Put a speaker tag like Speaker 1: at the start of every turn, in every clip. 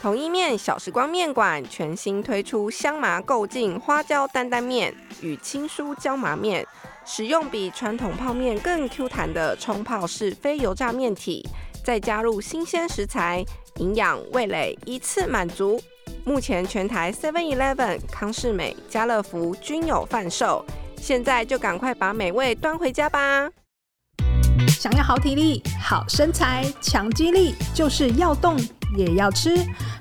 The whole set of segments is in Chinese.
Speaker 1: 同一面小时光面馆全新推出香麻购进花椒担担面与青蔬椒麻面，使用比传统泡面更 Q 弹的冲泡式非油炸面体，再加入新鲜食材，营养味蕾一次满足。目前全台 Seven Eleven、康士美、家乐福均有贩售，现在就赶快把美味端回家吧！
Speaker 2: 想要好体力、好身材、强肌力，就是要动也要吃。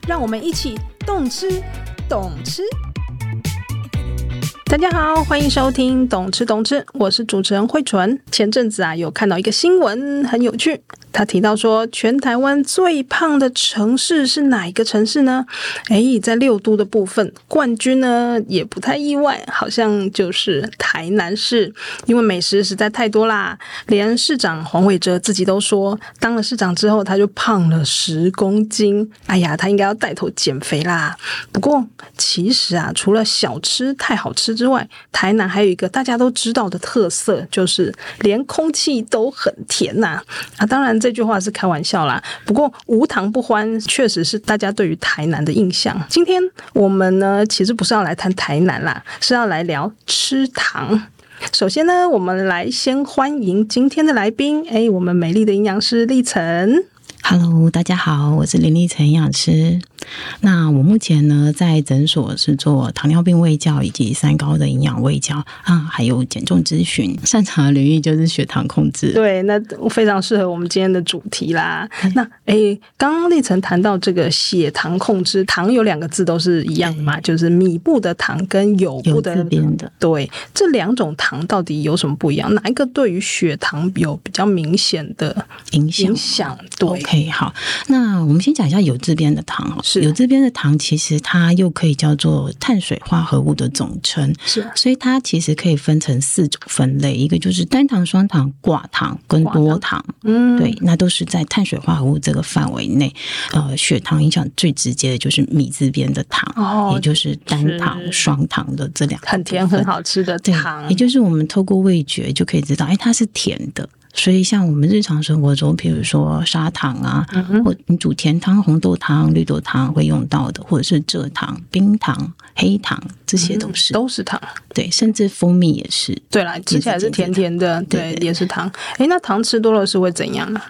Speaker 2: 让我们一起动吃、懂吃。大家好，欢迎收听《懂吃懂吃》，我是主持人慧纯。前阵子啊，有看到一个新闻，很有趣。他提到说，全台湾最胖的城市是哪一个城市呢？诶，在六都的部分，冠军呢也不太意外，好像就是台南市，因为美食实在太多啦。连市长黄伟哲自己都说，当了市长之后他就胖了十公斤。哎呀，他应该要带头减肥啦。不过其实啊，除了小吃太好吃之外，台南还有一个大家都知道的特色，就是连空气都很甜呐、啊。啊，当然。这句话是开玩笑啦，不过无糖不欢确实是大家对于台南的印象。今天我们呢，其实不是要来谈台南啦，是要来聊吃糖。首先呢，我们来先欢迎今天的来宾，哎，我们美丽的营养师丽晨。
Speaker 3: Hello，大家好，我是林立成营养师。那我目前呢在诊所是做糖尿病卫教以及三高的营养卫教啊，还有减重咨询。擅长的领域就是血糖控制。
Speaker 2: 对，那非常适合我们今天的主题啦。
Speaker 3: 嗯
Speaker 2: 那诶，刚刚立成谈到这个血糖控制，糖有两个字都是一样的嘛，就是米部的糖跟油部的。
Speaker 3: 边的。
Speaker 2: 对，这两种糖到底有什么不一样？哪一个对于血糖有比较明显的
Speaker 3: 影响？
Speaker 2: 影响对。
Speaker 3: Okay. OK，好，那我们先讲一下油脂边的糖哦。
Speaker 2: 是
Speaker 3: 油脂边的糖，其实它又可以叫做碳水化合物的总称，
Speaker 2: 是
Speaker 3: 所以它其实可以分成四种分类，一个就是单糖、双糖、寡糖跟多糖。
Speaker 2: 嗯，
Speaker 3: 对，那都是在碳水化合物这个范围内。呃，血糖影响最直接的就是米字边的糖，
Speaker 2: 哦
Speaker 3: 也就是单糖、
Speaker 2: 是
Speaker 3: 双糖的这两个
Speaker 2: 很甜
Speaker 3: 部分
Speaker 2: 很好吃的
Speaker 3: 对
Speaker 2: 糖，
Speaker 3: 也就是我们透过味觉就可以知道，哎，它是甜的。所以，像我们日常生活中，譬如说砂糖啊，
Speaker 2: 嗯
Speaker 3: 或你煮甜汤、红豆汤、绿豆汤会用到的，或者是蔗糖、冰糖、黑糖，这些都
Speaker 2: 嗯
Speaker 3: 是、
Speaker 2: 都是糖。
Speaker 3: 对，甚至蜂蜜也是。
Speaker 2: 对啦，吃起来是甜甜的，对
Speaker 3: 对，对
Speaker 2: 也是糖。诶，那糖吃多了是会怎样啊？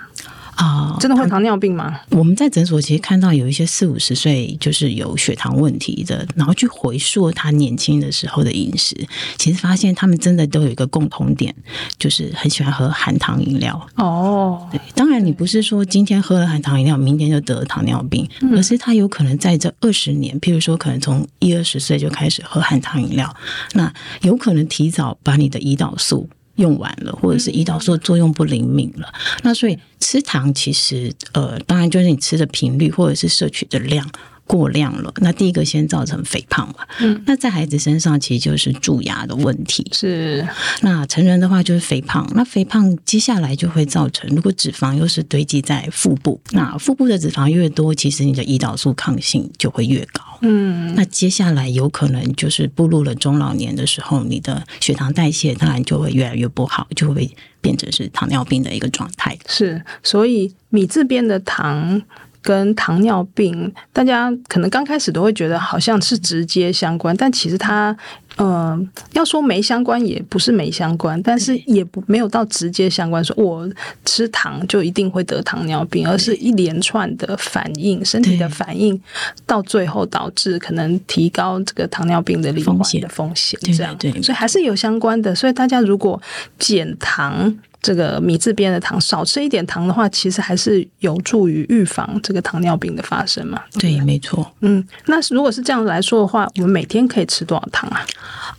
Speaker 3: 啊、
Speaker 2: 真的会糖尿病吗？
Speaker 3: 我们在诊所其实看到有一些四五十岁就是有血糖问题的，然后去回溯他年轻的时候的饮食，其实发现他们真的都有一个共同点，就是很喜欢喝含糖饮料。
Speaker 2: 哦，
Speaker 3: 对，当然你不是说今天喝了含糖饮料，明天就得了糖尿病，而是他有可能在这二十年，譬如说可能从一二十岁就开始喝含糖饮料，那有可能提早把你的胰岛素。用完了，或者是胰岛素作用不灵敏了，那所以吃糖其实呃，当然就是你吃的频率或者是摄取的量过量了。那第一个先造成肥胖嘛，
Speaker 2: 嗯，
Speaker 3: 那在孩子身上其实就是蛀牙的问题，
Speaker 2: 是
Speaker 3: 那成人的话就是肥胖，那肥胖接下来就会造成，如果脂肪又是堆积在腹部，那腹部的脂肪越多，其实你的胰岛素抗性就会越高。
Speaker 2: 嗯，
Speaker 3: 那接下来有可能就是步入了中老年的时候，你的血糖代谢当然就会越来越不好，就会变成是糖尿病的一个状态。
Speaker 2: 是，所以米字边的糖。跟糖尿病，大家可能刚开始都会觉得好像是直接相关，但其实它，呃，要说没相关也不是没相关，但是也不没有到直接相关，说我吃糖就一定会得糖尿病，而是一连串的反应，身体的
Speaker 3: 对
Speaker 2: 反应到最后导致可能提高这个糖尿病的罹患
Speaker 3: 风
Speaker 2: 的
Speaker 3: 险
Speaker 2: 风险，
Speaker 3: 对
Speaker 2: 这样
Speaker 3: 对对
Speaker 2: 所以还是有相关的。所以大家如果减糖，这个米字边的糖少吃一点糖的话，其实还是有助于预防这个糖尿病的发生嘛。
Speaker 3: 对，没错。
Speaker 2: 嗯，那如果是这样来说的话，我们每天可以吃多少糖啊？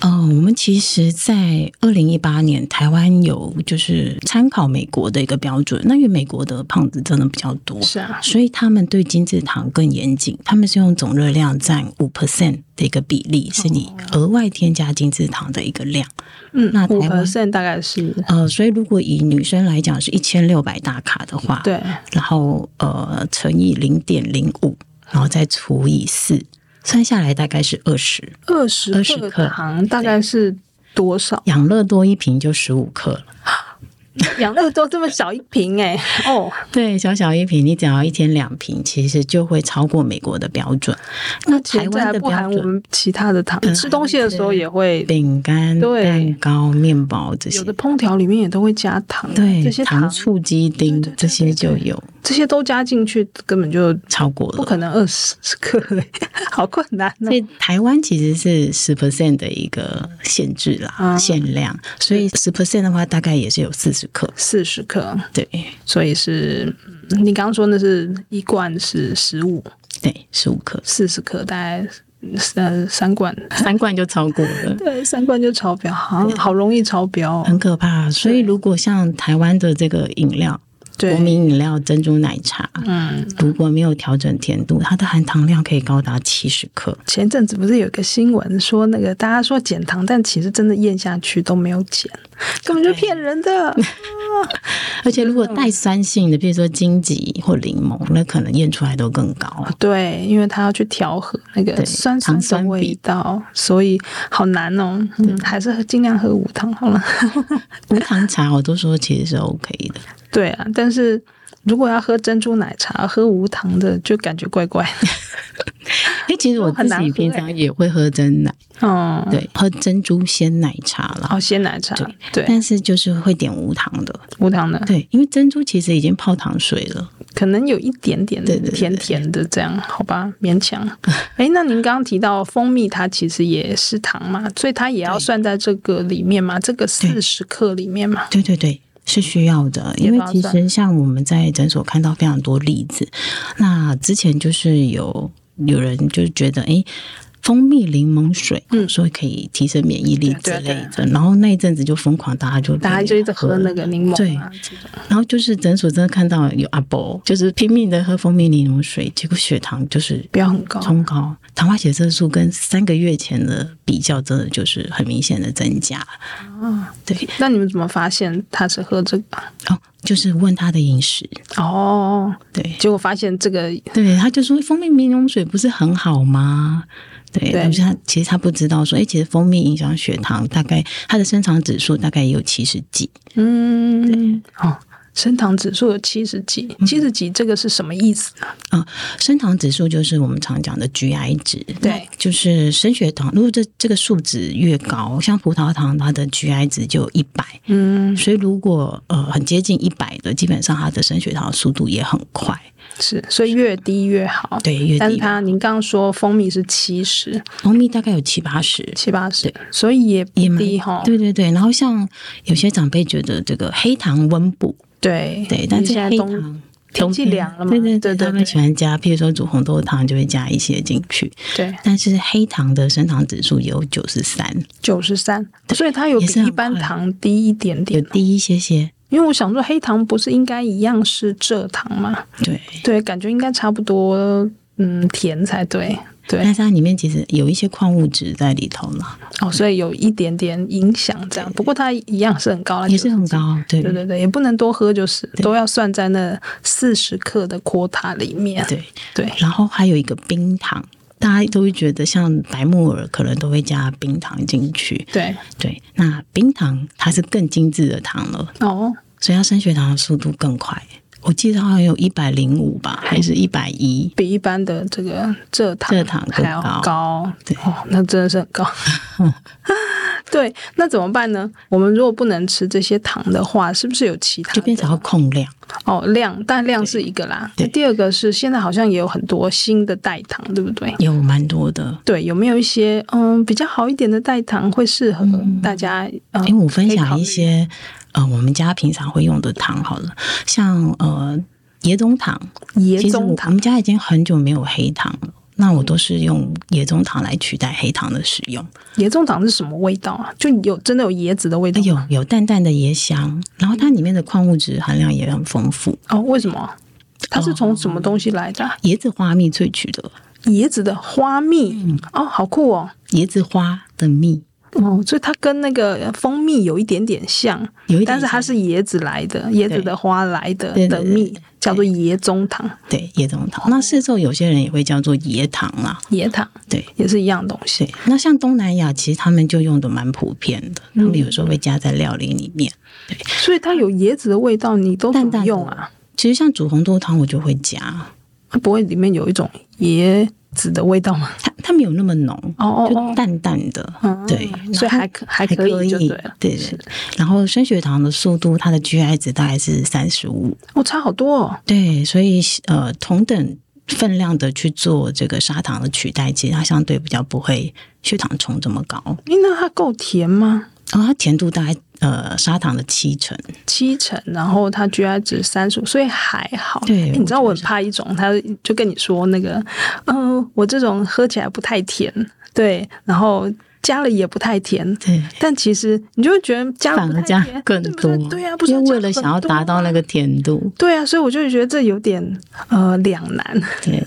Speaker 3: 嗯，我们其实，在二零一八年，台湾有就是参考美国的一个标准，那因为美国的胖子真的比较多，
Speaker 2: 是啊，
Speaker 3: 所以他们对精制糖更严谨，他们是用总热量占五 percent 的一个比例，是你
Speaker 2: 哦
Speaker 3: 额外添加精制糖的一个量。
Speaker 2: 嗯，
Speaker 3: 那台
Speaker 2: 五
Speaker 3: 湾
Speaker 2: percent 大概是
Speaker 3: 呃，所以如果以女生来讲是一千六百大卡的话，，
Speaker 2: 对，
Speaker 3: 然后呃乘以零点零五，然后再除以四，算下来大概是二十。
Speaker 2: 二十
Speaker 3: 20
Speaker 2: 克
Speaker 3: 克
Speaker 2: 糖大概是多少？
Speaker 3: 养乐多一瓶就十五克了，
Speaker 2: 养乐多这么小一瓶哎、哦，
Speaker 3: 对，小小一瓶，你只要一天两瓶，其实就会超过美国的标准。那台
Speaker 2: 现在
Speaker 3: 湾
Speaker 2: 还
Speaker 3: 的
Speaker 2: 不
Speaker 3: 标
Speaker 2: 含我
Speaker 3: 准，
Speaker 2: 们其他的糖，吃东西的时候也会，
Speaker 3: 饼干、
Speaker 2: 对
Speaker 3: 蛋糕、面包这些
Speaker 2: 有，的烹调里面也都会加糖，
Speaker 3: 对
Speaker 2: 嗯这些，
Speaker 3: 糖醋鸡丁
Speaker 2: 对对对
Speaker 3: 这些就有
Speaker 2: 这些都加进去，根本就
Speaker 3: 超过
Speaker 2: 不
Speaker 3: 了。
Speaker 2: 可能二十克，好困难哦
Speaker 3: 所。以台湾其实是十 percent 的一个限制啦，
Speaker 2: 啊
Speaker 3: 限量。所以十 percent 的话，大概也是有四十克。
Speaker 2: 四十克，
Speaker 3: 对
Speaker 2: 所以是嗯你刚刚说那是一罐是十五，，
Speaker 3: 对，十五克
Speaker 2: 四十克大概呃 三罐，
Speaker 3: 三罐就超过了。
Speaker 2: 对，三罐就超标，好像好容易超标哦、
Speaker 3: 很可怕，啊所以如果像台湾的这个饮料，
Speaker 2: 对
Speaker 3: 国，民饮料珍珠奶茶，
Speaker 2: 嗯，
Speaker 3: 如果没有调整甜度，它的含糖量可以高达七十克。
Speaker 2: 前阵子不是有一个新闻说那个大家说减糖，但其实真的咽下去都没有减，根本就骗人的。
Speaker 3: 而且如果带酸性的，比如说荆棘或柠檬，那可能验出来都更高。啊
Speaker 2: 对，因为它要去调和那个
Speaker 3: 对
Speaker 2: 酸酸
Speaker 3: 糖酸
Speaker 2: 的
Speaker 3: 比
Speaker 2: 味道，所以好难哦。嗯，还是尽量喝无糖好了。
Speaker 3: 无糖茶我都说其实是 OK 的，
Speaker 2: 对啊，但是如果要喝珍珠奶茶，喝无糖的就感觉怪怪的。
Speaker 3: 哎，其实我自
Speaker 2: 很难喝
Speaker 3: 己
Speaker 2: 欸
Speaker 3: 平常也会喝真奶，
Speaker 2: 哦、
Speaker 3: 对，喝珍珠鲜奶茶啦，
Speaker 2: 哦，鲜奶茶，
Speaker 3: 对
Speaker 2: 对，嗯
Speaker 3: 但是就是会点无糖的，
Speaker 2: 无糖的，
Speaker 3: 对，因为珍珠其实已经泡糖水了，
Speaker 2: 可能有一点点
Speaker 3: 对对对
Speaker 2: 甜甜的，这样好吧，勉强。 哎，那您刚刚提到蜂蜜，它其实也是糖嘛，所以它也要算在这个里面嘛，这个四十克里面嘛。
Speaker 3: 对对对。是需要的，因为
Speaker 2: 也划
Speaker 3: 其
Speaker 2: 算
Speaker 3: 实像我们在诊所看到非常多例子，那之前就是有有人就觉得，哎，蜂蜜柠檬水，
Speaker 2: 嗯
Speaker 3: 说可以提升免疫力之
Speaker 2: 对啊对
Speaker 3: 类
Speaker 2: 啊
Speaker 3: 的，然后那一阵子就疯狂，大家就
Speaker 2: 大家就一直喝那个柠檬啊，这种
Speaker 3: 然后就是诊所真的看到有阿伯，就是拼命的喝蜂蜜柠檬水，结果血糖就是
Speaker 2: 不要很高。
Speaker 3: 冲高，糖化血色素跟三个月前的比较，真的就是很明显的增加。
Speaker 2: 啊，
Speaker 3: 对，
Speaker 2: 那你们怎么发现他是喝这个？啊
Speaker 3: 哦，就是问他的饮食，
Speaker 2: 哦，
Speaker 3: 对
Speaker 2: 结果发现这个
Speaker 3: 对，他就说蜂蜜柠檬水不是很好吗？对，
Speaker 2: 对
Speaker 3: 但是他其实他不知道说，哎，其实蜂蜜影响血糖，大概他的升糖指数大概也有七十几，
Speaker 2: 嗯，哦，升糖指数有七十几，
Speaker 3: 嗯
Speaker 2: 七十几这个是什么意思啊？
Speaker 3: 啊、升糖指数就是我们常讲的 GI 值，
Speaker 2: 对，
Speaker 3: 就是升血糖。如果这这个数值越高，像葡萄糖，它的 GI 值就一百，
Speaker 2: 嗯，
Speaker 3: 所以如果呃很接近一百的，基本上它的升血糖速度也很快，
Speaker 2: 是，所以越低越好。
Speaker 3: 对，越
Speaker 2: 但是
Speaker 3: 低。
Speaker 2: 它您刚刚说蜂蜜是七十
Speaker 3: 蜂蜜大概有七八十。
Speaker 2: 七八十，所以也不
Speaker 3: 也蛮
Speaker 2: 低哈。
Speaker 3: 对对对，然后像有些长辈觉得这个黑糖温补，
Speaker 2: 对
Speaker 3: 对，但是
Speaker 2: 现在
Speaker 3: 黑
Speaker 2: 冬
Speaker 3: 糖
Speaker 2: 天气
Speaker 3: 冬
Speaker 2: 凉了嘛，
Speaker 3: 对对
Speaker 2: 对
Speaker 3: 他
Speaker 2: 对
Speaker 3: 们喜欢加，譬如说煮红豆汤就会加一些进去，
Speaker 2: 对，
Speaker 3: 但是黑糖的升糖指数有九十三，
Speaker 2: 九十三，所以它有
Speaker 3: 也是
Speaker 2: 比
Speaker 3: 很
Speaker 2: 一般
Speaker 3: 快
Speaker 2: 糖低一点
Speaker 3: 有
Speaker 2: 点。哦
Speaker 3: 低一些些，
Speaker 2: 因为我想说，黑糖不是应该一样是蔗糖吗？
Speaker 3: 对。
Speaker 2: 对，感觉应该差不多，嗯，甜才对。对，
Speaker 3: 但是它里面其实有一些矿物质在里头啦，
Speaker 2: 哦，所以有一点点影响这样，不过它一样是很高啦，
Speaker 3: 也是很
Speaker 2: 90。
Speaker 3: 高，对
Speaker 2: 对对对，也不能多喝，就是都要算在那四十克的 quota 里面。
Speaker 3: 对
Speaker 2: 对
Speaker 3: 然后还有一个冰糖，大家都会觉得像白木耳可能都会加冰糖进去，
Speaker 2: 对
Speaker 3: 对。那冰糖它是更精致的糖了，
Speaker 2: 哦，
Speaker 3: 所以它升血糖的速度更快。我记得好像有一百零五吧，还是一百一？
Speaker 2: 比一般的这个蔗糖
Speaker 3: 蔗糖更
Speaker 2: 还要
Speaker 3: 高
Speaker 2: 高，
Speaker 3: 对
Speaker 2: 哦，那真的是很 高。对，那怎么办呢？我们如果不能吃这些糖的话，是不是有其他的
Speaker 3: 就变成要控量。
Speaker 2: 哦量？但量是一个啦。
Speaker 3: 对
Speaker 2: 那第二个是现在好像也有很多新的代糖，对不对？
Speaker 3: 有蛮多的。
Speaker 2: 对，有没有一些嗯比较好一点的代糖会适合大家？嗯
Speaker 3: 因为我分
Speaker 2: 可以考
Speaker 3: 享
Speaker 2: 虑
Speaker 3: 一些呃，我们家平常会用的糖好了，像呃椰棕糖，
Speaker 2: 椰
Speaker 3: 其实
Speaker 2: 棕
Speaker 3: 我我
Speaker 2: 糖
Speaker 3: 们家已经很久没有黑糖了。那我都是用椰棕糖来取代黑糖的使用，
Speaker 2: 椰棕糖是什么味道啊？就有真的有椰子的味道
Speaker 3: 有
Speaker 2: 吗？
Speaker 3: 哎有淡淡的椰香，然后它里面的矿物质含量也很丰富，
Speaker 2: 哦，为什么？它是从什么东西来的啊？
Speaker 3: 椰子花蜜萃取的，嗯
Speaker 2: 椰子的花蜜、哦，好酷哦！
Speaker 3: 椰子花的蜜，
Speaker 2: 哦，所以它跟那个蜂蜜有一点点像，
Speaker 3: 有一点
Speaker 2: 但是它是椰子来的，椰子的花来的
Speaker 3: 对对
Speaker 2: 的
Speaker 3: 对
Speaker 2: 蜜，叫做椰棕糖，
Speaker 3: 对椰棕糖。那四周有些人也会叫做椰糖啦、
Speaker 2: 椰糖
Speaker 3: 对
Speaker 2: 也是一样东西。
Speaker 3: 对。那像东南亚，其实他们就用的蛮普遍的，他们
Speaker 2: 嗯
Speaker 3: 有时候会加在料理里面。
Speaker 2: 所以它有椰子的味道，你都怎
Speaker 3: 淡淡
Speaker 2: 么
Speaker 3: 的
Speaker 2: 用啊？
Speaker 3: 其实像煮红豆汤，我就会加，
Speaker 2: 它不会里面有一种椰子的味道吗？
Speaker 3: 它它没有那么浓，
Speaker 2: 哦哦
Speaker 3: 就
Speaker 2: 哦，
Speaker 3: 淡淡的。
Speaker 2: 嗯
Speaker 3: 对，
Speaker 2: 所以
Speaker 3: 然后
Speaker 2: 还可还可以就对了。
Speaker 3: 对对。然后升血糖的速度，它的 GI 值大概是三十五，
Speaker 2: 哦，差好多哦。
Speaker 3: 对，所以呃，同等分量的去做这个砂糖的取代，其实它相对比较不会血糖冲这么高。
Speaker 2: 诶那它够甜吗？
Speaker 3: 然后它甜度大概呃砂糖的七成，
Speaker 2: 七成，然后它 GI 值三十五，所以还好。
Speaker 3: 对
Speaker 2: 诶
Speaker 3: 我
Speaker 2: 你知道我
Speaker 3: 觉得
Speaker 2: 很怕一种，他就跟你说那个，嗯、我这种喝起来不太甜，对，然后加了也不太甜，
Speaker 3: 对，
Speaker 2: 但其实你就会觉得加了
Speaker 3: 反
Speaker 2: 不
Speaker 3: 而
Speaker 2: 太
Speaker 3: 加
Speaker 2: 甜
Speaker 3: 更
Speaker 2: 对不
Speaker 3: 多，
Speaker 2: 对对啊呀、不是
Speaker 3: 因为为
Speaker 2: 加
Speaker 3: 了
Speaker 2: 很
Speaker 3: 想要达
Speaker 2: 多
Speaker 3: 到那个甜度，
Speaker 2: 对啊，所以我就觉得这有点呃两难，
Speaker 3: 对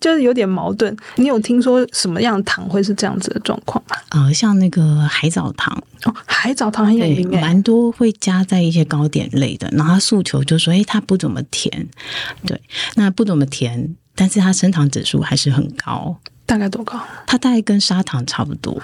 Speaker 2: 就是有点矛盾。你有听说什么样的糖会是这样子的状况吗？
Speaker 3: 呃，像那个海藻糖，
Speaker 2: 哦，海藻糖很有
Speaker 3: 对，
Speaker 2: 名欸诶、
Speaker 3: 蛮多会加在一些糕点类的，然后它诉求就说，哎，它不怎么甜，对，那不怎么甜，但是它升糖指数还是很高，
Speaker 2: 大概多高？
Speaker 3: 它大概跟砂糖差不多，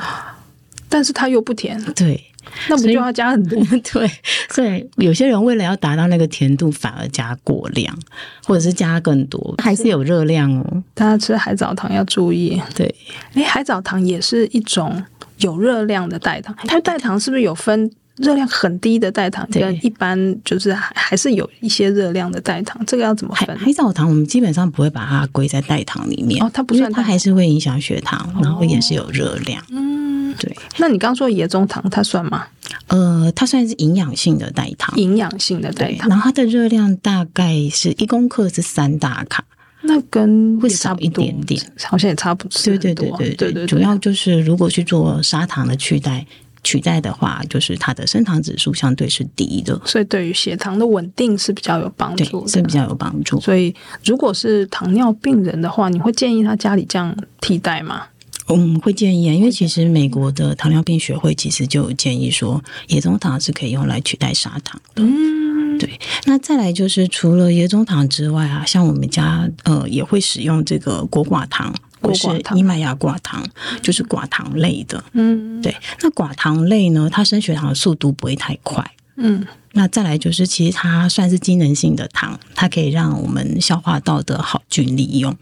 Speaker 2: 但是它又不甜，
Speaker 3: 对。
Speaker 2: 那不
Speaker 3: 所
Speaker 2: 就
Speaker 3: 以
Speaker 2: 要加很多？
Speaker 3: 对，所以有些人为了要达到那个甜度，反而加过量，或者是加更多，还是有热量哦。
Speaker 2: 大家吃海藻糖要注意。
Speaker 3: 对，
Speaker 2: 诶，海藻糖也是一种有热量的代糖，它代糖是不是有分？热量很低的代糖
Speaker 3: 对
Speaker 2: 跟一般就是还还是有一些热量的代糖，这个要怎么
Speaker 3: 海
Speaker 2: 分？
Speaker 3: 海藻糖我们基本上不会把它归在代糖里面，
Speaker 2: 哦它不
Speaker 3: 因为
Speaker 2: 算代
Speaker 3: 它
Speaker 2: 糖哦
Speaker 3: 还是会影响血糖，然后也是有热量。嗯，对，
Speaker 2: 那你刚刚说椰棕糖，它算吗？
Speaker 3: 呃，它算是营养性的代糖。
Speaker 2: 营养性的代
Speaker 3: 对，
Speaker 2: 糖
Speaker 3: 然，后它的热量大概是一公克是三大卡，
Speaker 2: 那跟
Speaker 3: 会
Speaker 2: 也差
Speaker 3: 少
Speaker 2: 不
Speaker 3: 一
Speaker 2: 多
Speaker 3: 点点，
Speaker 2: 好像也差不多。
Speaker 3: 对对对
Speaker 2: 对
Speaker 3: 对
Speaker 2: 对
Speaker 3: 主要就是如果去做砂糖的取代，取代的话，就是它的升糖指数相对是低的，
Speaker 2: 所以对于血糖的稳定是比较有帮
Speaker 3: 对
Speaker 2: 助，
Speaker 3: 是
Speaker 2: 的
Speaker 3: 比。较有帮助。
Speaker 2: 所以如果是糖尿病人的话，你会建议他家里这样替代吗？
Speaker 3: 嗯，会建议啊，因为其实美国的糖尿病学会其实就有建议说，椰棕糖是可以用来取代砂糖的。嗯，对。那再来就是除了椰棕糖之外啊，像我们家呃也会使用这个果寡糖。
Speaker 2: 果
Speaker 3: 或
Speaker 2: 寡
Speaker 3: 是
Speaker 2: 糖
Speaker 3: 伊麦芽寡糖，就是寡糖类的。
Speaker 2: 嗯
Speaker 3: 对，那寡糖类呢，它升血糖的速度不会太快，
Speaker 2: 嗯，
Speaker 3: 那再来就是，其实它算是机能性的糖，它可以让我们消化道的好菌利用，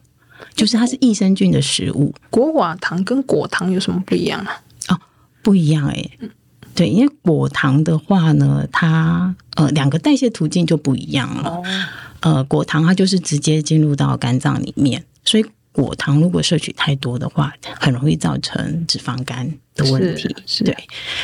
Speaker 3: 就是它是益生菌的食物
Speaker 2: 果寡糖跟果糖有什么不一样啊？
Speaker 3: 不一样诶、对，因为果糖的话呢，它呃两个代谢途径就不一样了。
Speaker 2: 哦，
Speaker 3: 呃，果糖它就是直接进入到肝脏里面，所以果糖如果摄取太多的话，很容易造成脂肪肝的问题。
Speaker 2: 是是
Speaker 3: 对，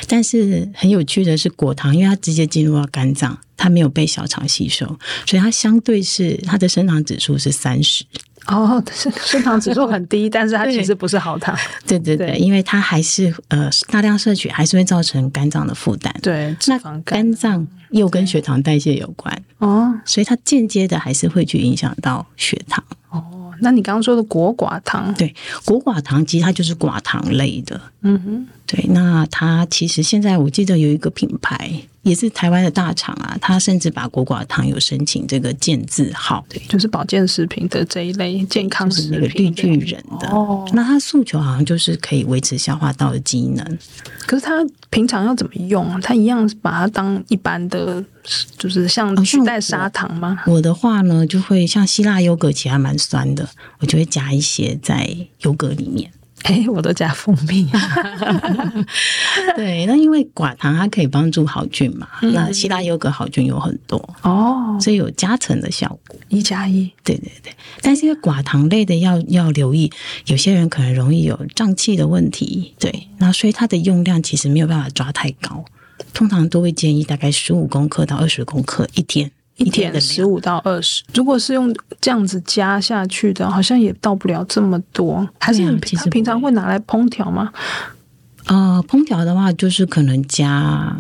Speaker 3: 但是很有趣的是，果糖因为它直接进入到肝脏，它没有被小肠吸收，所以它相对是它的升糖指数是三十。
Speaker 2: 哦，升升糖指数很 低，但是它
Speaker 3: 对
Speaker 2: 其实不是好糖。
Speaker 3: 对对对，
Speaker 2: 对
Speaker 3: 因为它还是呃大量摄取还是会造成肝脏的负担。
Speaker 2: 对，脂
Speaker 3: 那
Speaker 2: 肪肝啊
Speaker 3: 肝脏又跟血糖代谢有关，
Speaker 2: 哦
Speaker 3: 所以它间接的还是会去影响到血糖。
Speaker 2: 哦，那你刚刚说的果寡糖，
Speaker 3: 对，果寡糖其实它就是寡糖类的。
Speaker 2: 嗯哼，
Speaker 3: 对，那它其实现在我记得有一个品牌，也是台湾的大厂啊，它甚至把果寡糖有申请这个健字号，对，
Speaker 2: 就是保健食品的这一类健康
Speaker 3: 就是
Speaker 2: 食
Speaker 3: 那个绿
Speaker 2: 品的
Speaker 3: 巨人的。
Speaker 2: 哦，
Speaker 3: 那它诉求好像就是可以维持消化道的机能，
Speaker 2: 可是它平常要怎么用啊？它一样是把它当一般的，就是像
Speaker 3: 像
Speaker 2: 取代
Speaker 3: 我
Speaker 2: 砂糖 吗？
Speaker 3: 我的话呢，就会像希腊优格，其实还蛮酸的，我就会加一些在优格里 面。
Speaker 2: 哎，我都加蜂蜜。
Speaker 3: 对，那因为寡糖它可以帮助好菌嘛，
Speaker 2: 嗯
Speaker 3: 那希腊优格好菌有很多，
Speaker 2: 哦，
Speaker 3: 所以有加成的效果。
Speaker 2: 一加一
Speaker 3: 对对对，但是因为寡糖类的要要留意，有些人可能容易有胀气的问题，对，那所以它的用量其实没有办法抓太高，通常都会建议大概十五公克到二十公克一天，
Speaker 2: 一
Speaker 3: 天
Speaker 2: 点
Speaker 3: 的
Speaker 2: 十
Speaker 3: 量。
Speaker 2: 五到二十，如果是用这样子加下去的，好像也到不了这么多。还是
Speaker 3: 对啊
Speaker 2: 你
Speaker 3: 其
Speaker 2: 平
Speaker 3: 实
Speaker 2: 他平常
Speaker 3: 不
Speaker 2: 会拿来烹调吗？
Speaker 3: 呃，烹调的话就是可能加，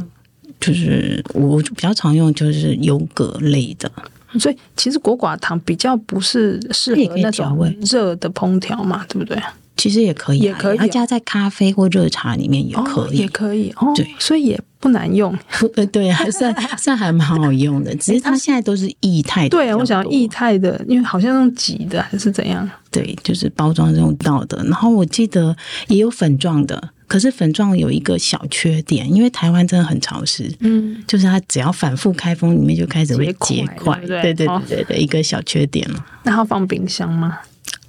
Speaker 3: 就是我比较常用就是优格类的，
Speaker 2: 所以其实果寡糖比较不是适
Speaker 3: 它也
Speaker 2: 合
Speaker 3: 可以
Speaker 2: 那
Speaker 3: 调
Speaker 2: 种
Speaker 3: 味
Speaker 2: 热的烹调嘛，对不对？
Speaker 3: 其实也可以啊，
Speaker 2: 也可以啊
Speaker 3: 它加在咖啡或热茶里面也可
Speaker 2: 哦、
Speaker 3: 以。
Speaker 2: 也可以哦，
Speaker 3: 对
Speaker 2: 所以也不难用。
Speaker 3: 呃， 对，还算 算还蛮好用的，只是它现在都是液态的。
Speaker 2: 对，我想要液。态的，因为好像用挤的还是怎样？
Speaker 3: 对，就是包装用到的。然后我记得也有粉状的，可是粉状有一个小缺点，因为台湾真的很潮湿。
Speaker 2: 嗯，
Speaker 3: 就是它只要反复开封，里面就开始会
Speaker 2: 结
Speaker 3: 结
Speaker 2: 块
Speaker 3: 块，
Speaker 2: 对不对
Speaker 3: 对对
Speaker 2: 哦
Speaker 3: 对对对，一个小缺点了。
Speaker 2: 那要放冰箱吗？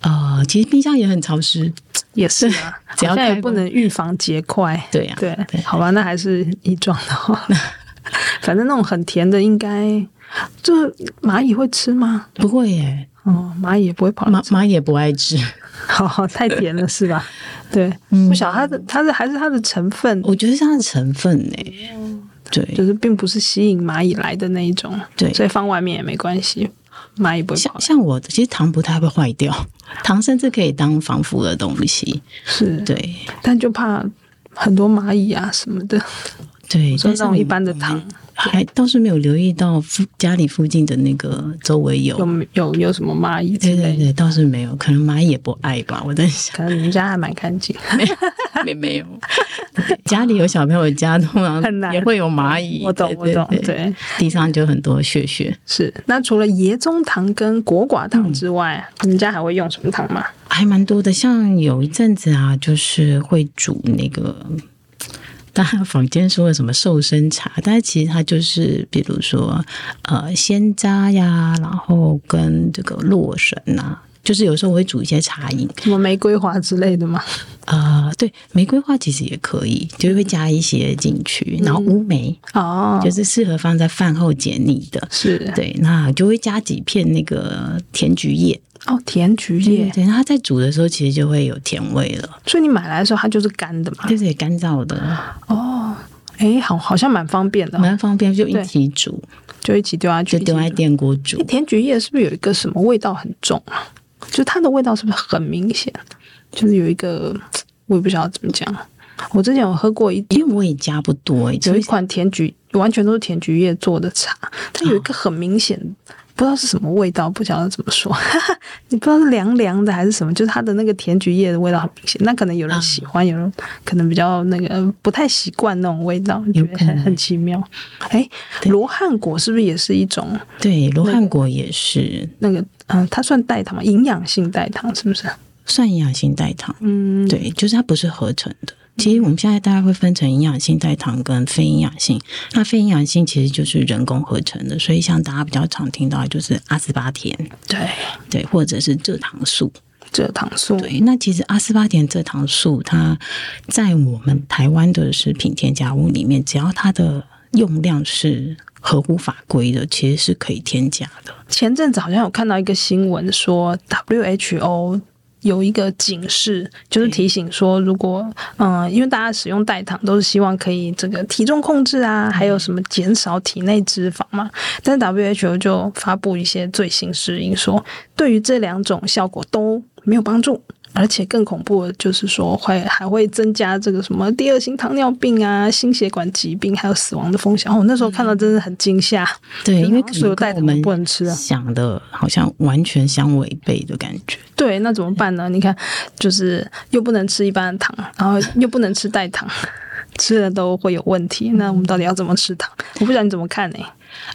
Speaker 3: 呃，其实冰箱也很潮湿，
Speaker 2: 也是啊，
Speaker 3: 只 要
Speaker 2: 好像也
Speaker 3: 开
Speaker 2: 不
Speaker 3: 关
Speaker 2: 能预防结块。
Speaker 3: 对呀、
Speaker 2: 对，啊
Speaker 3: 对啊
Speaker 2: 好吧，那还是一状的 话，反正那种很甜的应该，这蚂蚁会吃吗？
Speaker 3: 不会耶，
Speaker 2: 哦，蚂蚁也不会跑来
Speaker 3: 妈
Speaker 2: 吃，
Speaker 3: 妈也不爱吃。
Speaker 2: 嗯好，太甜了是 吧？对，
Speaker 3: 嗯
Speaker 2: 不晓得它的它的还是它的成分，
Speaker 3: 我觉得是它的成分呢，
Speaker 2: 就
Speaker 3: 对
Speaker 2: 是并不是吸引蚂蚁来的那一种，
Speaker 3: 对。
Speaker 2: 所以放外面也没关系，蚂蚁不会跑
Speaker 3: 像。像我，其实糖不太会坏掉，糖甚至可以当防腐的东西。
Speaker 2: 是，
Speaker 3: 对
Speaker 2: 但就怕很多蚂蚁啊什么的，
Speaker 3: 对，
Speaker 2: 说那
Speaker 3: 但是
Speaker 2: 种
Speaker 3: 我
Speaker 2: 一般的
Speaker 3: 们
Speaker 2: 糖
Speaker 3: 还倒是没有留意到附家里附近的那个周围有。
Speaker 2: 有有有什么蚂蚁之
Speaker 3: 对对
Speaker 2: 类的，
Speaker 3: 对，倒是没有，可能蚂蚁也不 爱吧，我在想。
Speaker 2: 可能你们家还蛮干净。
Speaker 3: 没没有，对家里有小朋友家通 常
Speaker 2: 很难
Speaker 3: 也会有蚂蚁。
Speaker 2: 我懂，我
Speaker 3: 哎对
Speaker 2: 懂，，
Speaker 3: 对
Speaker 2: 对，
Speaker 3: 地上就很多屑屑。
Speaker 2: 是。那除了椰棕糖跟果寡
Speaker 3: 嗯
Speaker 2: 糖之外，你们家还会用什么糖吗？
Speaker 3: 还哎蛮多的，像有一阵子啊，就是会煮那个。大家坊间说的什么瘦身茶，但是其实它就是，比如说，呃，鲜渣呀，然后跟这个洛神啊，就是有时候我会煮一些茶饮，
Speaker 2: 什么玫瑰花之类的吗？
Speaker 3: 呃，对，玫瑰花其实也可以，就是会加一些进去，然后乌梅、
Speaker 2: 嗯哦，
Speaker 3: 就是适合放在饭后解腻的，
Speaker 2: 是
Speaker 3: 对，那就会加几片那个甜菊叶，
Speaker 2: 哦，甜菊
Speaker 3: 对对
Speaker 2: 叶。
Speaker 3: 对，那它在煮的时候其实就会有甜味了。
Speaker 2: 所以你买来的时候它就是干的嘛？
Speaker 3: 对对，干燥的，
Speaker 2: 啊哦，哎，好，好像蛮方便的哦，
Speaker 3: 蛮方便，就一起煮，
Speaker 2: 就一起丢下去。
Speaker 3: 就丢在
Speaker 2: 一起
Speaker 3: 电锅煮
Speaker 2: 诶。甜菊叶是不是有一个什么味道很重啊？就它的味道是不是很明显？就是有一个，我也不晓得怎么讲。我之前有喝过一
Speaker 3: 因为我也加不多，
Speaker 2: 有
Speaker 3: 所
Speaker 2: 一
Speaker 3: 以
Speaker 2: 款甜菊，完全都是甜菊叶做的茶，它有一
Speaker 3: 哦
Speaker 2: 个很明显，不知道是什么味道，不晓得怎么说， 你不知道是凉凉的还是什么，就是它的那个甜菊叶的味道很明显。那可能有人喜
Speaker 3: 嗯
Speaker 2: 欢，有人可能比较那个呃不太习惯那种味道，觉得
Speaker 3: 可能
Speaker 2: 很很奇妙。哎，罗汉果是不是也是一种
Speaker 3: 对罗汉果也是
Speaker 2: 那个？嗯、它算代糖吗？营养性代糖是不是？
Speaker 3: 算营养性代糖，
Speaker 2: 嗯，
Speaker 3: 对，就是它不是合成的。其实我们现在大概会分成营养性代糖跟非营养性，那非营养性其实就是人工合成的，所以像大家比较常听到的就是阿斯巴甜，
Speaker 2: 对，
Speaker 3: 对，或者是蔗糖素，
Speaker 2: 蔗糖素。
Speaker 3: 对，那其实阿斯巴甜蔗糖素，它在我们台湾的食品添加物里面，只要它的用量是合乎法规的，其实是可以添加的。
Speaker 2: 前阵子好像有看到一个新闻说，WHO 有一个警示，就是提醒说，如果嗯、呃因为大家使用代糖都是希望可以这个体重控制
Speaker 3: 嗯
Speaker 2: 啊，还有什么减少体内脂肪嘛，但是 WHO 就发布一些最新指引说，对于这两种效果都没有帮助。而且更恐怖的就是说会还会增加这个什么第二型糖尿病啊、心血管疾病还有死亡的风险。哦，那时候看到真的很惊吓，
Speaker 3: 对，因为
Speaker 2: 好
Speaker 3: 可
Speaker 2: 像所有
Speaker 3: 能
Speaker 2: 代
Speaker 3: 嗯
Speaker 2: 糖
Speaker 3: 跟我
Speaker 2: 都
Speaker 3: 们
Speaker 2: 不能吃啊。
Speaker 3: 想的好像完全相违背的感觉。
Speaker 2: 对，那怎么办呢？你看，就是又不能吃一般的糖，然后又不能吃代糖，吃了都会有问题。那我们到底要怎么吃糖？我不知道你怎么看呢、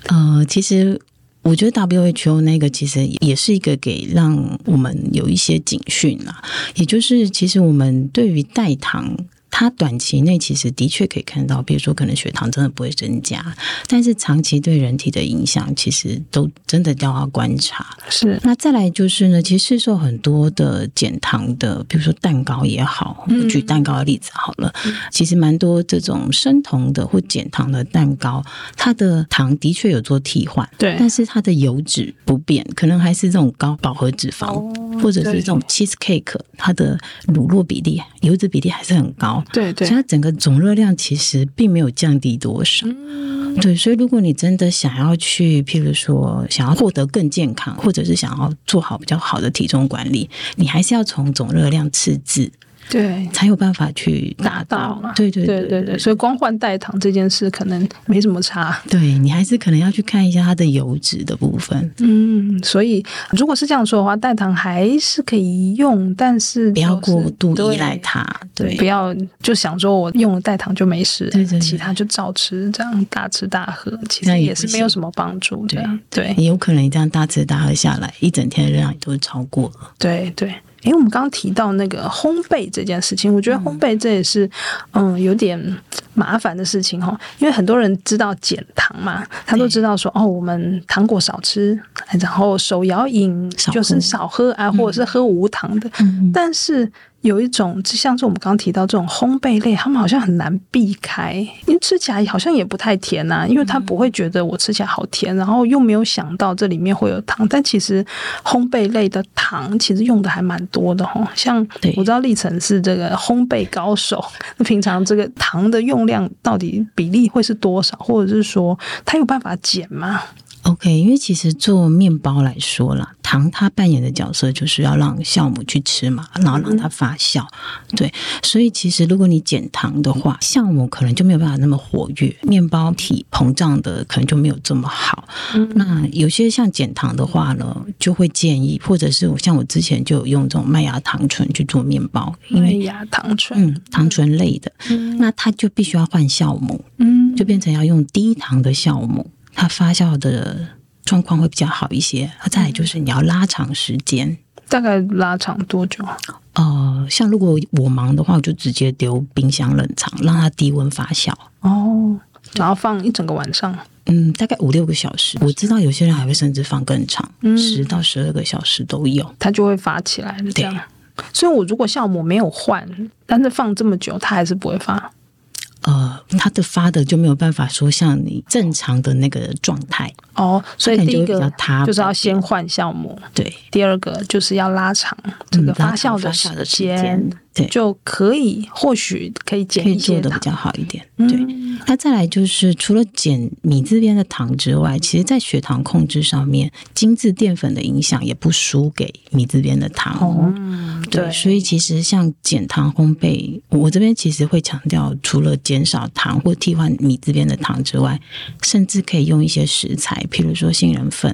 Speaker 3: 呃，其实我觉得 WHO 那个其实也是一个给让我们有一些警讯啦，也就是其实我们对于代糖。它短期内其实的确可以看到，比如说可能血糖真的不会增加，但是长期对人体的影响其实都真的都要观察。
Speaker 2: 是
Speaker 3: 那再来就是呢，其实市售很多的减糖的，比如说蛋糕也好，我举蛋糕的例子好了，其实蛮多这种生酮的或减糖的蛋糕，它的糖的确有做替换，
Speaker 2: 对
Speaker 3: 但是它的油脂不变，可能还是这种高饱和脂肪，或者是这种 cheesecake，它的乳酪比例、油脂比例还是很高，
Speaker 2: 对对
Speaker 3: 所以它整个总热量其实并没有降低多少。对，所以如果你真的想要去，譬如说想要获得更健康，或者是想要做好比较好的体重管理，你还是要从总热量赤字
Speaker 2: 对，
Speaker 3: 才有办法去达
Speaker 2: 到
Speaker 3: 到
Speaker 2: 嘛。
Speaker 3: 对对
Speaker 2: 对
Speaker 3: 对
Speaker 2: 对对，所以光换代糖这件事可能没什么差。
Speaker 3: 对你还是可能要去看一下它的油脂的部分，
Speaker 2: 嗯，所以如果是这样说的话，代糖还是可以用，但是
Speaker 3: 不要过度
Speaker 2: 就是
Speaker 3: 依赖。它。对
Speaker 2: 对，不要就想说我用了代糖就没事，
Speaker 3: 对对对
Speaker 2: 其他就照吃，这样大吃大喝，其
Speaker 3: 那
Speaker 2: 实
Speaker 3: 也
Speaker 2: 也是
Speaker 3: 不
Speaker 2: 没有
Speaker 3: 行
Speaker 2: 什么帮助
Speaker 3: 对
Speaker 2: 的。对
Speaker 3: 你有可能这样大吃大喝下来，一整天的热量也都超过了。
Speaker 2: 对对，因为我们刚刚提到那个烘焙这件事情，我觉得烘焙这也是嗯有点麻烦的事情哈，因为很多人知道减糖嘛，他都
Speaker 3: 对
Speaker 2: 知道说哦，我们糖果少吃，然后手摇饮
Speaker 3: 少
Speaker 2: 就是
Speaker 3: 喝
Speaker 2: 少喝啊，或者是喝无糖的，
Speaker 3: 嗯
Speaker 2: 但是。有一种，就像是我们刚刚提到这种烘焙类，他们好像很难避开，因为吃起来好像也不太甜呐、
Speaker 3: 嗯
Speaker 2: 因为他不会觉得我吃起来好甜，然后又没有想到这里面会有糖。但其实烘焙类的糖其实用的还蛮多的哦，像
Speaker 3: 对
Speaker 2: 我知道历程是这个烘焙高手， 那平常这个糖的用量到底比例会是多少，或者是说他有办法减吗？
Speaker 3: OK，因为其实做面包来说啦，糖它扮演的角色就是要让酵母去吃嘛，然后让它发酵。对，所以其实如果你减糖的话，酵母可能就没有办法那么活跃，面包体膨胀的可能就没有这么好。那有些像减糖的话呢，就会建议，或者是我像我之前就有用这种麦芽糖醇去做面包，因
Speaker 2: 麦
Speaker 3: 为
Speaker 2: 芽糖醇，
Speaker 3: 嗯，糖醇类的，那它就必须要换酵母。
Speaker 2: 嗯，
Speaker 3: 就变成要用低糖的酵母，它发酵的状况会比较好一些。啊再来就是你要拉长时间。
Speaker 2: 大概拉长多久？啊
Speaker 3: 呃，像如果我忙的话，我就直接丢冰箱冷藏，让它低温发酵，
Speaker 2: 哦，然后放一整个晚上。
Speaker 3: 嗯，大概五六个小时。我知道有些人还会甚至放更长
Speaker 2: 嗯，
Speaker 3: 十、到十二个小时都有。
Speaker 2: 它就会发起来了。这样，所以我如果酵母没有换，但是放这么久，它还是不会发。
Speaker 3: 呃，它的发的就没有办法说像你正常的那个状态，
Speaker 2: 哦，所以
Speaker 3: 它可能
Speaker 2: 第一
Speaker 3: 就会
Speaker 2: 个
Speaker 3: 比较塌
Speaker 2: 就是要先换酵母，
Speaker 3: 对，
Speaker 2: 第二个就是要拉长这个
Speaker 3: 嗯拉
Speaker 2: 发
Speaker 3: 长
Speaker 2: 酵
Speaker 3: 发
Speaker 2: 的
Speaker 3: 酵
Speaker 2: 时
Speaker 3: 的时间
Speaker 2: 间，，
Speaker 3: 对，
Speaker 2: 就可以或许可以减
Speaker 3: 可以
Speaker 2: 一
Speaker 3: 做
Speaker 2: 些
Speaker 3: 的
Speaker 2: 糖
Speaker 3: 比。较好一点。
Speaker 2: 嗯
Speaker 3: 对，那再来就是除了减你这边的糖之外，其实在血糖控制上面，精致淀粉的影响也不输给米这边的糖。
Speaker 2: 哦，
Speaker 3: 对，所以其实像减糖烘焙，我这边其实会强调，除了减少糖或替换米这边的糖之外，甚至可以用一些食材，譬如说杏仁粉，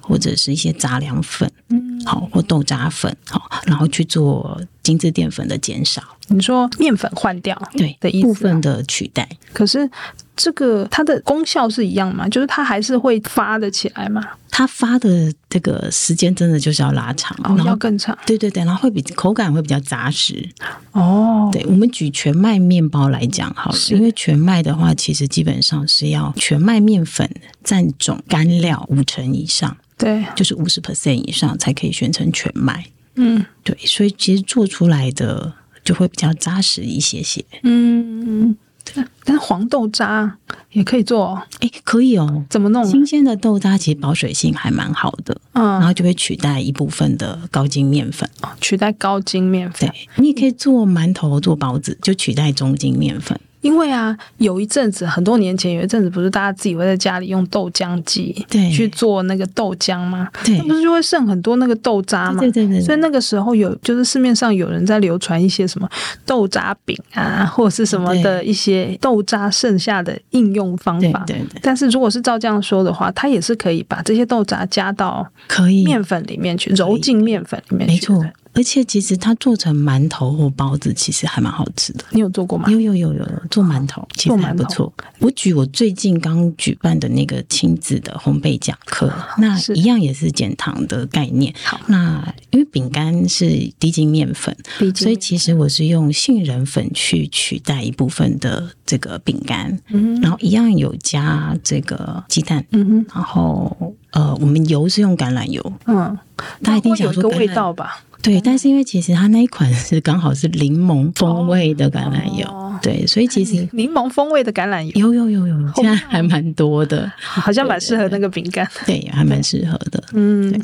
Speaker 3: 或者是一些杂粮粉，嗯，好，或豆渣粉，好，然后去做精致淀粉的减少，
Speaker 2: 你说面粉换掉，
Speaker 3: 对
Speaker 2: 的意思啊
Speaker 3: 部分的取代。
Speaker 2: 可是这个它的功效是一样嘛？就是它还是会发的起来嘛？
Speaker 3: 它发的这个时间真的就是要拉长，
Speaker 2: 哦，
Speaker 3: 然
Speaker 2: 要
Speaker 3: 后
Speaker 2: 更长
Speaker 3: 对对对，然后会比口感会比较扎实。
Speaker 2: 哦。
Speaker 3: 对我们举全麦面包来讲好了，因为全麦的话，其实基本上是要全麦面粉占总干料五成以上，
Speaker 2: 对，
Speaker 3: 就是五十 percent 以上才可以选成全麦。
Speaker 2: 嗯
Speaker 3: 对，所以其实做出来的就会比较扎实一些些。
Speaker 2: 嗯，嗯但但是黄豆渣也可以做、哦。
Speaker 3: 哎，可以哦。
Speaker 2: 怎么弄啊？
Speaker 3: 新鲜的豆渣其实保水性还蛮好的，然
Speaker 2: 嗯，
Speaker 3: 后就会取代一部分的高筋面粉。
Speaker 2: 取代高筋面粉
Speaker 3: 对。，你也可以做馒头、做包子，就取代中筋面粉。
Speaker 2: 因为啊，有一阵子，很多年前有一阵子，不是大家自己会在家里用豆浆机
Speaker 3: 对
Speaker 2: 去做那个豆浆吗？
Speaker 3: 对
Speaker 2: 那不是就会剩很多那个豆渣吗？
Speaker 3: 对对对对
Speaker 2: 所以那个时候有，就是市面上有人在流传一些什么豆渣饼啊， 或者是什么的一些豆渣剩下的应用方
Speaker 3: 对
Speaker 2: 法。
Speaker 3: 对对，
Speaker 2: 但是如果是照这样说的话，它也是可以把这些豆渣加到
Speaker 3: 可以，
Speaker 2: 面粉里面去，揉进面粉里面去。
Speaker 3: 没错。而且其实它做成馒头或包子，其实还蛮好吃的。
Speaker 2: 你有做过吗？
Speaker 3: 有有有有有做馒头，其实
Speaker 2: 做
Speaker 3: 还
Speaker 2: 馒
Speaker 3: 不
Speaker 2: 头
Speaker 3: 错。我举我最近刚举办的那个亲子的烘焙讲课，那
Speaker 2: 啊是
Speaker 3: 一样也是减糖的概念。
Speaker 2: 好
Speaker 3: 那因为饼干是低筋面粉，
Speaker 2: 毕竟
Speaker 3: 所以其实我是用杏仁粉去取代一部分的这个饼干，
Speaker 2: 嗯
Speaker 3: 然后一样有加这个鸡蛋，
Speaker 2: 嗯哼，
Speaker 3: 然后呃，我们油是用橄榄油，
Speaker 2: 嗯，
Speaker 3: 大家一定
Speaker 2: 会有
Speaker 3: 想
Speaker 2: 一
Speaker 3: 说
Speaker 2: 个
Speaker 3: 橄榄
Speaker 2: 味道吧？
Speaker 3: 对，但是因为其实它那一款是刚好是柠檬风味的橄榄油，
Speaker 2: 哦
Speaker 3: 对，所以其实
Speaker 2: 柠檬风味的橄榄油
Speaker 3: 有有有有，现在还蛮多的，
Speaker 2: 好像蛮适合那个饼干。
Speaker 3: 对，还蛮适合的。
Speaker 2: 嗯，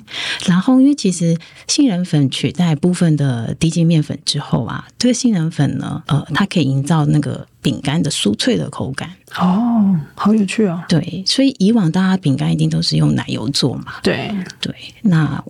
Speaker 3: 然后，因为其实杏仁粉取代部分的低筋面粉之后啊，这个杏仁粉呢，呃，它可以营造那个饼干的酥脆的口感。
Speaker 2: 哦，好有趣哦。
Speaker 3: 对，所以以往大家饼干一定都是用奶油做嘛，
Speaker 2: 对，
Speaker 3: 对，那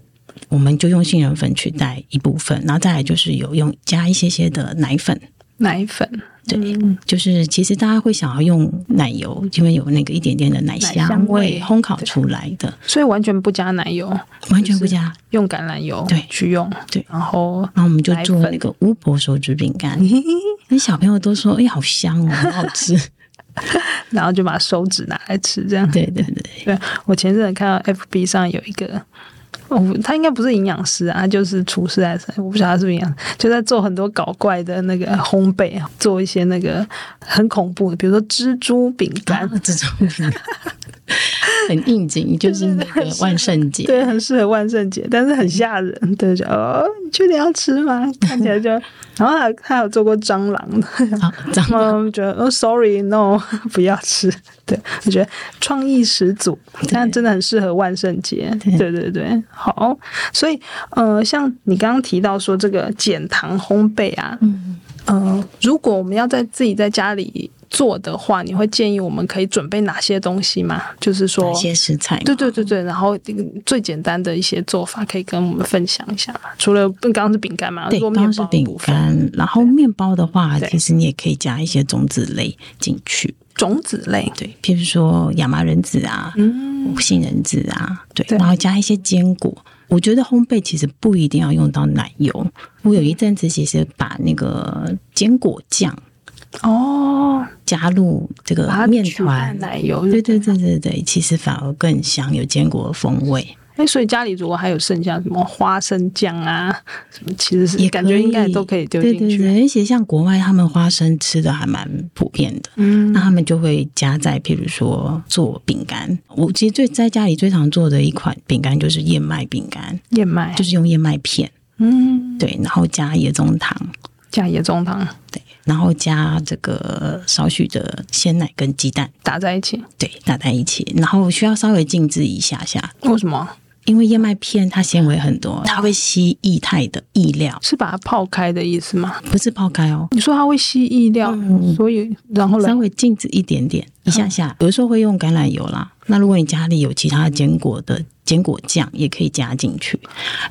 Speaker 3: 我们就用杏仁粉取代一部分，然后再来就是有用加一些些的奶粉。
Speaker 2: 奶粉，
Speaker 3: 对，
Speaker 2: 嗯
Speaker 3: 就是其实大家会想要用奶油，因为有那个一点点的奶
Speaker 2: 奶香
Speaker 3: 香
Speaker 2: 味
Speaker 3: 味烘烤出来的，
Speaker 2: 所以完全不加奶油，
Speaker 3: 完全不加。
Speaker 2: 用橄榄油
Speaker 3: 对
Speaker 2: 去用，
Speaker 3: 对
Speaker 2: 然后
Speaker 3: 然后我们就做
Speaker 2: 奶粉
Speaker 3: 那个巫婆手指饼 干，那小朋友都说：“哎、好香哦，好好吃。
Speaker 2: 然后就把手指拿来吃，这样”。
Speaker 3: 对对对，
Speaker 2: 对我前阵子看到 FB 上有一个。哦，他应该不是营养师啊，他就是厨师还是我不晓得他是不是营养师，就在做很多搞怪的那个烘焙，啊做一些那个很恐怖的，比如说蜘蛛饼干，
Speaker 3: 啊这种饼干很应景，就是那个万圣节。
Speaker 2: 对，很适合万圣节，但是很吓人。对，就哦，你确定要吃吗？看起来就，然后还有他有做过蟑螂的，
Speaker 3: 好，咱们
Speaker 2: 嗯，觉得哦，sorry，no，不 要吃。对，我觉得创意十足，但真的很适合万圣节。
Speaker 3: 对
Speaker 2: 对对对，好。所以呃，像你刚刚提到说这个减糖烘焙啊，
Speaker 3: 嗯
Speaker 2: 呃，如果我们要在自己在家里做的话，你会建议我们可以准备哪些东西吗？就是说
Speaker 3: 哪。些食材？
Speaker 2: 对对对对，然后这个最简单的一些做法可以跟我们分享一下吗？除了刚刚是饼干嘛，
Speaker 3: 对，
Speaker 2: 做
Speaker 3: 刚
Speaker 2: 面
Speaker 3: 刚是
Speaker 2: 包的
Speaker 3: 饼
Speaker 2: 部分，
Speaker 3: 干，然后面包的话，
Speaker 2: 对
Speaker 3: 其实你也可以加一些种子类进去，
Speaker 2: 种子类，
Speaker 3: 对，譬如说亚麻仁子啊，
Speaker 2: 嗯，
Speaker 3: 杏仁子啊，对，
Speaker 2: 对
Speaker 3: 然后加一些坚果。我觉得烘焙其实不一定要用到奶油。我有一阵子其实把那个坚果酱
Speaker 2: 哦，
Speaker 3: 加入这个
Speaker 2: 把它
Speaker 3: 面
Speaker 2: 取代
Speaker 3: 团，
Speaker 2: 奶油，
Speaker 3: 对对对对对，其实反而更香，有坚果的风 味。
Speaker 2: 哎，所以家里如果还有剩下什么花生酱啊，什么其实是
Speaker 3: 也
Speaker 2: 感觉
Speaker 3: 可
Speaker 2: 应该
Speaker 3: 以
Speaker 2: 都可以丢
Speaker 3: 对
Speaker 2: 进
Speaker 3: 对
Speaker 2: 去。
Speaker 3: 对，而且像国外他们花生吃的还蛮普遍的，
Speaker 2: 嗯
Speaker 3: 那他们就会加在譬如说做饼干。我其实最在家里最常做的一款饼干就是燕麦饼干，
Speaker 2: 燕麦，
Speaker 3: 就是用燕麦片，
Speaker 2: 嗯，
Speaker 3: 对，然后加椰棕糖，
Speaker 2: 加野中糖
Speaker 3: 对，然后加这个少许的鲜奶跟鸡蛋，
Speaker 2: 打在一起，
Speaker 3: 对，打在一起，然后需要稍微静置一下下，
Speaker 2: 为什么？
Speaker 3: 因为燕麦片它纤维很多，它会吸液态的液料，
Speaker 2: 是把它泡开的意思吗？
Speaker 3: 不是泡开哦。
Speaker 2: 你说它会吸意料，
Speaker 3: 嗯
Speaker 2: 所以然后
Speaker 3: 稍
Speaker 2: 呢？
Speaker 3: 微静置一点点，一下下，有时候会用橄榄油啦。那如果你家里有其他坚果的坚果酱，也可以加进去，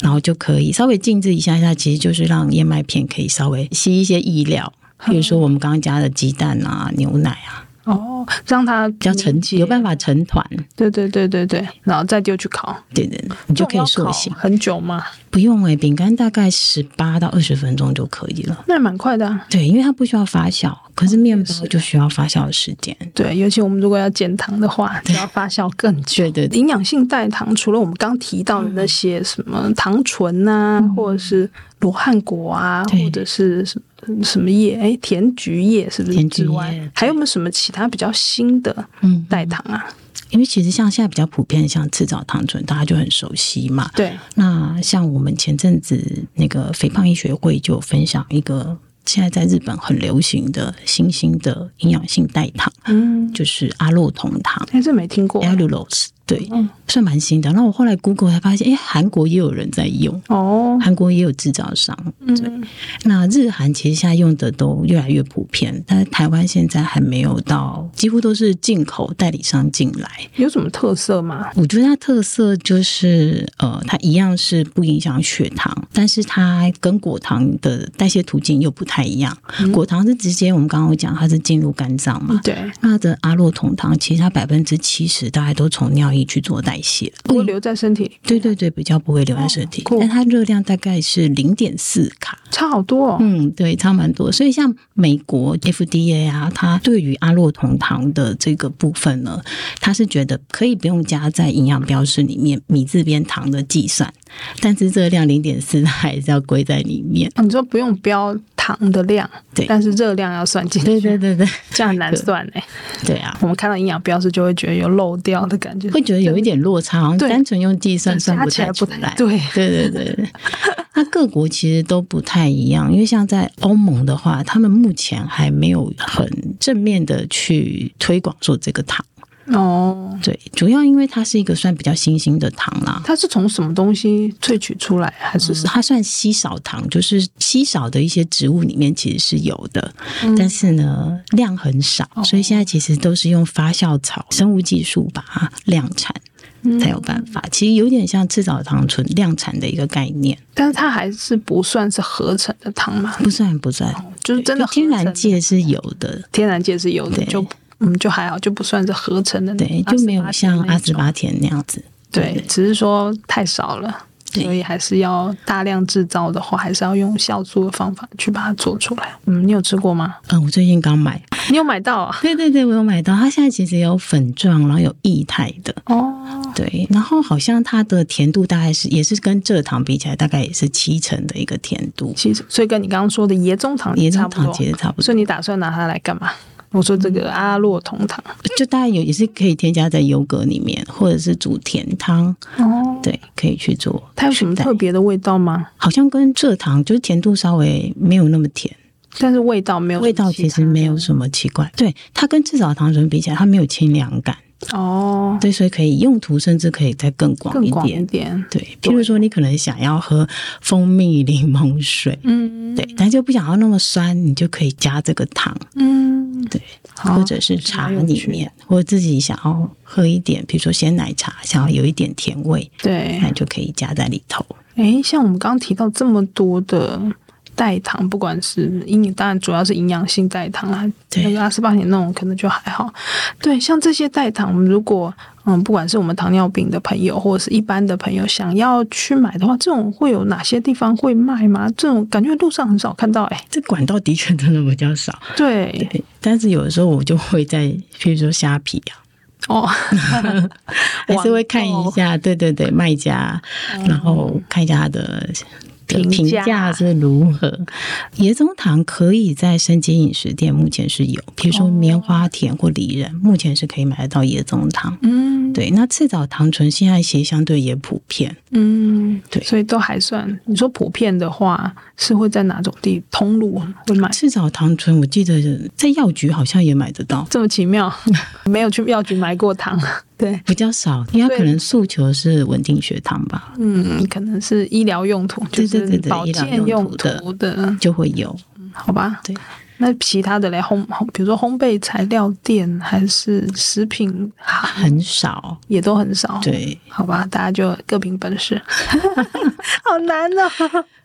Speaker 3: 然后就可以稍微静置一下下，其实就是让燕麦片可以稍微吸一些意料，比如说我们刚刚加的鸡蛋啊、牛奶啊，
Speaker 2: 哦，让它比
Speaker 3: 比较成有办
Speaker 2: 法。
Speaker 3: 法成团，
Speaker 2: 对对对对对，然后再丢去烤，
Speaker 3: 对对，你就可以
Speaker 2: 嗯这
Speaker 3: 塑
Speaker 2: 种
Speaker 3: 形
Speaker 2: 要。烤很久嘛，
Speaker 3: 不用诶、饼干大概十八到二十分钟就可以了。
Speaker 2: 那也蛮快的、啊。
Speaker 3: 对，因为它不需要发酵，
Speaker 2: 哦
Speaker 3: 可是面
Speaker 2: 也
Speaker 3: 包
Speaker 2: 是
Speaker 3: 就需要发酵的时间。
Speaker 2: 对，尤其我们如果要减糖的话，就要发酵更久。
Speaker 3: 对对对
Speaker 2: 营养性代糖除了我们刚提到的那
Speaker 3: 嗯
Speaker 2: 些什么糖醇啊，或者是罗汉果啊，
Speaker 3: 对
Speaker 2: 或者是什么什么叶，哎，甜菊叶是不是
Speaker 3: 甜菊
Speaker 2: 之
Speaker 3: 叶
Speaker 2: 外
Speaker 3: 对，
Speaker 2: 还有没有什么其他比较新的
Speaker 3: 嗯，
Speaker 2: 代糖啊？
Speaker 3: 因为其实像现在比较普遍，像赤藻糖醇，大家就很熟悉嘛。
Speaker 2: 对，
Speaker 3: 那像我们前阵子那个肥胖医学会就有分享一个现在在日本很流行的新兴的营养性代糖，
Speaker 2: 嗯，
Speaker 3: 就是阿洛酮糖
Speaker 2: 哎，这没听过
Speaker 3: （allulose），对
Speaker 2: 嗯，
Speaker 3: 算蛮新的。那我后来 Google 才发现，诶，韩国也有人在用。
Speaker 2: 哦，
Speaker 3: 韩国也有制造商，
Speaker 2: 嗯，
Speaker 3: 那日韩其实现在用的都越来越普遍，但是台湾现在还没有到，几乎都是进口代理商进来。
Speaker 2: 有什么特色吗？
Speaker 3: 我觉得它特色就是，呃，它一样是不影响血糖，但是它跟果糖的代谢途径又不太一样。果糖是直接我们刚刚有讲，它是进入肝脏嘛。
Speaker 2: 对，
Speaker 3: 它的阿洛酮糖其实它百分之七十大概都从尿液去做代谢，
Speaker 2: 不会留在身体里，
Speaker 3: 对对对，比较不会留在身体，
Speaker 2: 哦酷
Speaker 3: 但它热量大概是零点四卡，
Speaker 2: 差好多哦。
Speaker 3: 嗯，对，差蛮多。所以像美国 FDA 啊，它对于阿洛酮糖的这个部分呢，它是觉得可以不用加在营养标示里面米字边糖的计算，但是热量零点四还是要归在里面。
Speaker 2: 啊你说不用标糖的量，
Speaker 3: 对
Speaker 2: 但是热量要算进去，
Speaker 3: 对对对对
Speaker 2: 这样很难算哎、
Speaker 3: 对啊，
Speaker 2: 我们看到营养标识就会觉得有漏掉的感觉，
Speaker 3: 会觉得有一点落差，好像
Speaker 2: 对
Speaker 3: 单纯用计算算
Speaker 2: 加
Speaker 3: 不
Speaker 2: 起来
Speaker 3: 太出
Speaker 2: 不
Speaker 3: 来
Speaker 2: 太。对。
Speaker 3: 对对对对，那各国其实都不太一样，因为像在欧盟的话，他们目前还没有很正面的去推广说这个糖。
Speaker 2: 哦，
Speaker 3: 对，主要因为它是一个算比较新兴的糖啦。
Speaker 2: 它是从什么东西萃取出来，还是
Speaker 3: 就是它算稀少糖，就是稀少的一些植物里面其实是有的，但是呢量很少，所以现在其实都是用发酵草、生物技术把它量产。才有办法。其实有点像赤藻糖醇量产的一个概念，
Speaker 2: 但是它还是不算是合成的糖嘛，
Speaker 3: 不算不算，
Speaker 2: 就是真的合成
Speaker 3: 天
Speaker 2: 的
Speaker 3: 然界是有的，
Speaker 2: 天然界是有的，
Speaker 3: 对
Speaker 2: 就嗯就还好，就不算是合成的那
Speaker 3: 对，
Speaker 2: 种
Speaker 3: 就没有像阿斯
Speaker 2: 巴甜那种
Speaker 3: 巴甜那样子。
Speaker 2: 对，只是说太少了。
Speaker 3: 对
Speaker 2: 所以还是要大量制造的话，还是要用酵素的方法去把它做出来。嗯，你有吃过吗？
Speaker 3: 嗯，我最近 刚买，
Speaker 2: 你有买到啊？
Speaker 3: 对对对，我有买到。它现在其实有粉状，然后有液态的，
Speaker 2: 哦，
Speaker 3: 对。然后好像它的甜度大概是也是跟蔗糖比起来，大概也是七成的一个甜度。
Speaker 2: 其实所以跟你刚刚说的椰棕糖
Speaker 3: 椰
Speaker 2: 差
Speaker 3: 浆
Speaker 2: 不
Speaker 3: 糖
Speaker 2: 多。
Speaker 3: 其实差不多，
Speaker 2: 所以你打算拿它来干嘛？我说这
Speaker 3: 嗯
Speaker 2: 个阿洛酮糖
Speaker 3: 就大概有也是可以添加在优格里面，或者是煮甜汤，
Speaker 2: 哦，
Speaker 3: 对，可以去做。
Speaker 2: 它有什么
Speaker 3: 取代
Speaker 2: 特？别的味道吗？
Speaker 3: 好像跟蔗糖就是甜度稍微没有那么甜，
Speaker 2: 但是味道没有
Speaker 3: 味道其实没有什么奇怪。对，它跟至少糖醇比起来，它没有清凉感，
Speaker 2: 哦，
Speaker 3: 对，所以可以用途甚至可以再更广
Speaker 2: 更
Speaker 3: 一
Speaker 2: 广一
Speaker 3: 点。
Speaker 2: 点。
Speaker 3: 对，譬如说你可能想要喝蜂蜜柠檬水，
Speaker 2: 嗯
Speaker 3: 对，但就不想要那么酸，你就可以加这个糖，
Speaker 2: 嗯，
Speaker 3: 对，
Speaker 2: 好
Speaker 3: 或者是茶
Speaker 2: 蛮有
Speaker 3: 里
Speaker 2: 趣的
Speaker 3: 面，或者自己想要喝一点，比如说鲜奶茶，想要有一点甜味，
Speaker 2: 对
Speaker 3: 那。你就可以加在里头。
Speaker 2: 诶，像我们刚刚提到这么多的代糖，不管是营，当然主要是营养性代糖啦，
Speaker 3: 对
Speaker 2: 那个阿斯巴甜那种可能就还好。对，像这些代糖，我们如果嗯，不管是我们糖尿病的朋友，或者是一般的朋友想要去买的话，这种会有哪些地方会卖吗？这种感觉路上很少看到、诶，
Speaker 3: 这管道的确真的比较少，
Speaker 2: 对，
Speaker 3: 对但是有的时候我就会在，譬如说虾皮啊，
Speaker 2: 哦，
Speaker 3: 还是会看一下，对对对，卖家，然后看一下他的。的
Speaker 2: 嗯评
Speaker 3: 评
Speaker 2: 价
Speaker 3: 价是如何？椰棕糖可以在生煎饮食店目前是有，比如说棉花甜或梨仁，目前是可以买得到椰棕糖。
Speaker 2: 嗯，
Speaker 3: 对，那赤藻糖醇现在其实相对也普遍，
Speaker 2: 嗯，
Speaker 3: 对
Speaker 2: 所以都还算。你说普遍的话，是会在哪种地通路会买？
Speaker 3: 赤藻糖醇我记得在药局好像也买得到，
Speaker 2: 这么奇 妙，没有去药局买过糖。对，
Speaker 3: 比较少，因为它
Speaker 2: 对
Speaker 3: 可能诉求是稳定血糖吧，
Speaker 2: 嗯，可能是医疗用途，就
Speaker 3: 对对
Speaker 2: 是
Speaker 3: 对对
Speaker 2: 保健
Speaker 3: 医疗用
Speaker 2: 途
Speaker 3: 途
Speaker 2: 的，
Speaker 3: 的就会有。
Speaker 2: 好吧？
Speaker 3: 对，
Speaker 2: 那其他的嘞，烘烘，比如说烘焙材料店还是食品行，
Speaker 3: 很少。
Speaker 2: 也都很少。，
Speaker 3: 对，
Speaker 2: 好吧，大家就各凭本 事。好难哦。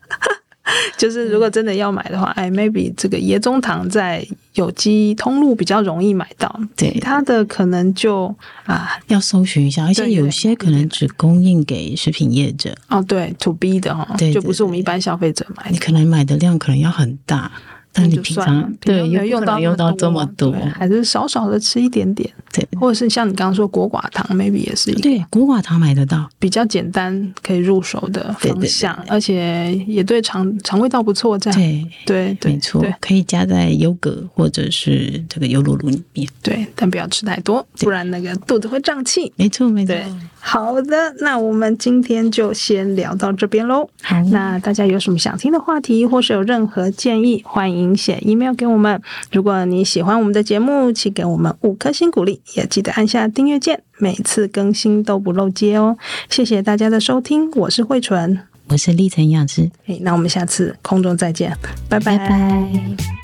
Speaker 2: 就是如果真的要买的话，哎，maybe 这个椰棕糖在有机通路比较容易买到，
Speaker 3: 对
Speaker 2: 其他的可能就啊，
Speaker 3: 要搜寻一下，而且
Speaker 2: 对
Speaker 3: 有些可能只供应给食品业者，
Speaker 2: 哦，对，to B 的哦，
Speaker 3: 对对
Speaker 2: 就不是我们一般消费者买
Speaker 3: 你
Speaker 2: 的。
Speaker 3: 可能买的量可能要很大，但你
Speaker 2: 哎就
Speaker 3: 平
Speaker 2: 算了
Speaker 3: 常
Speaker 2: 平
Speaker 3: 对
Speaker 2: 常没有
Speaker 3: 又不可能
Speaker 2: 用
Speaker 3: 用到这么多，
Speaker 2: 对还是少少的吃一点点，
Speaker 3: 对
Speaker 2: 或者是像你刚刚说果寡糖，maybe 也是一个
Speaker 3: 对，古寡糖买得到，
Speaker 2: 比较简单可以入手的
Speaker 3: 对对
Speaker 2: 方向，而且也对肠肠胃道不错，这样
Speaker 3: 对，
Speaker 2: 对对
Speaker 3: 没错
Speaker 2: 对，
Speaker 3: 可以加在优格或者是这个优酪乳里面，
Speaker 2: 对，但不要吃太多，不然那个肚子会胀气。
Speaker 3: 没错没错，
Speaker 2: 对，好的，那我们今天就先聊到这边喽。
Speaker 3: 好，
Speaker 2: 那大家有什么想听的话题，或是有任何建议，欢迎写 email 给我们。如果你喜欢我们的节目，请给我们五颗星鼓励，也记得按下订阅键，每次更新都不漏接哦。谢谢大家的收听，我是慧纯，哎
Speaker 3: 我是历程营养师，
Speaker 2: 诶，那我们下次空中再见，拜
Speaker 3: 拜拜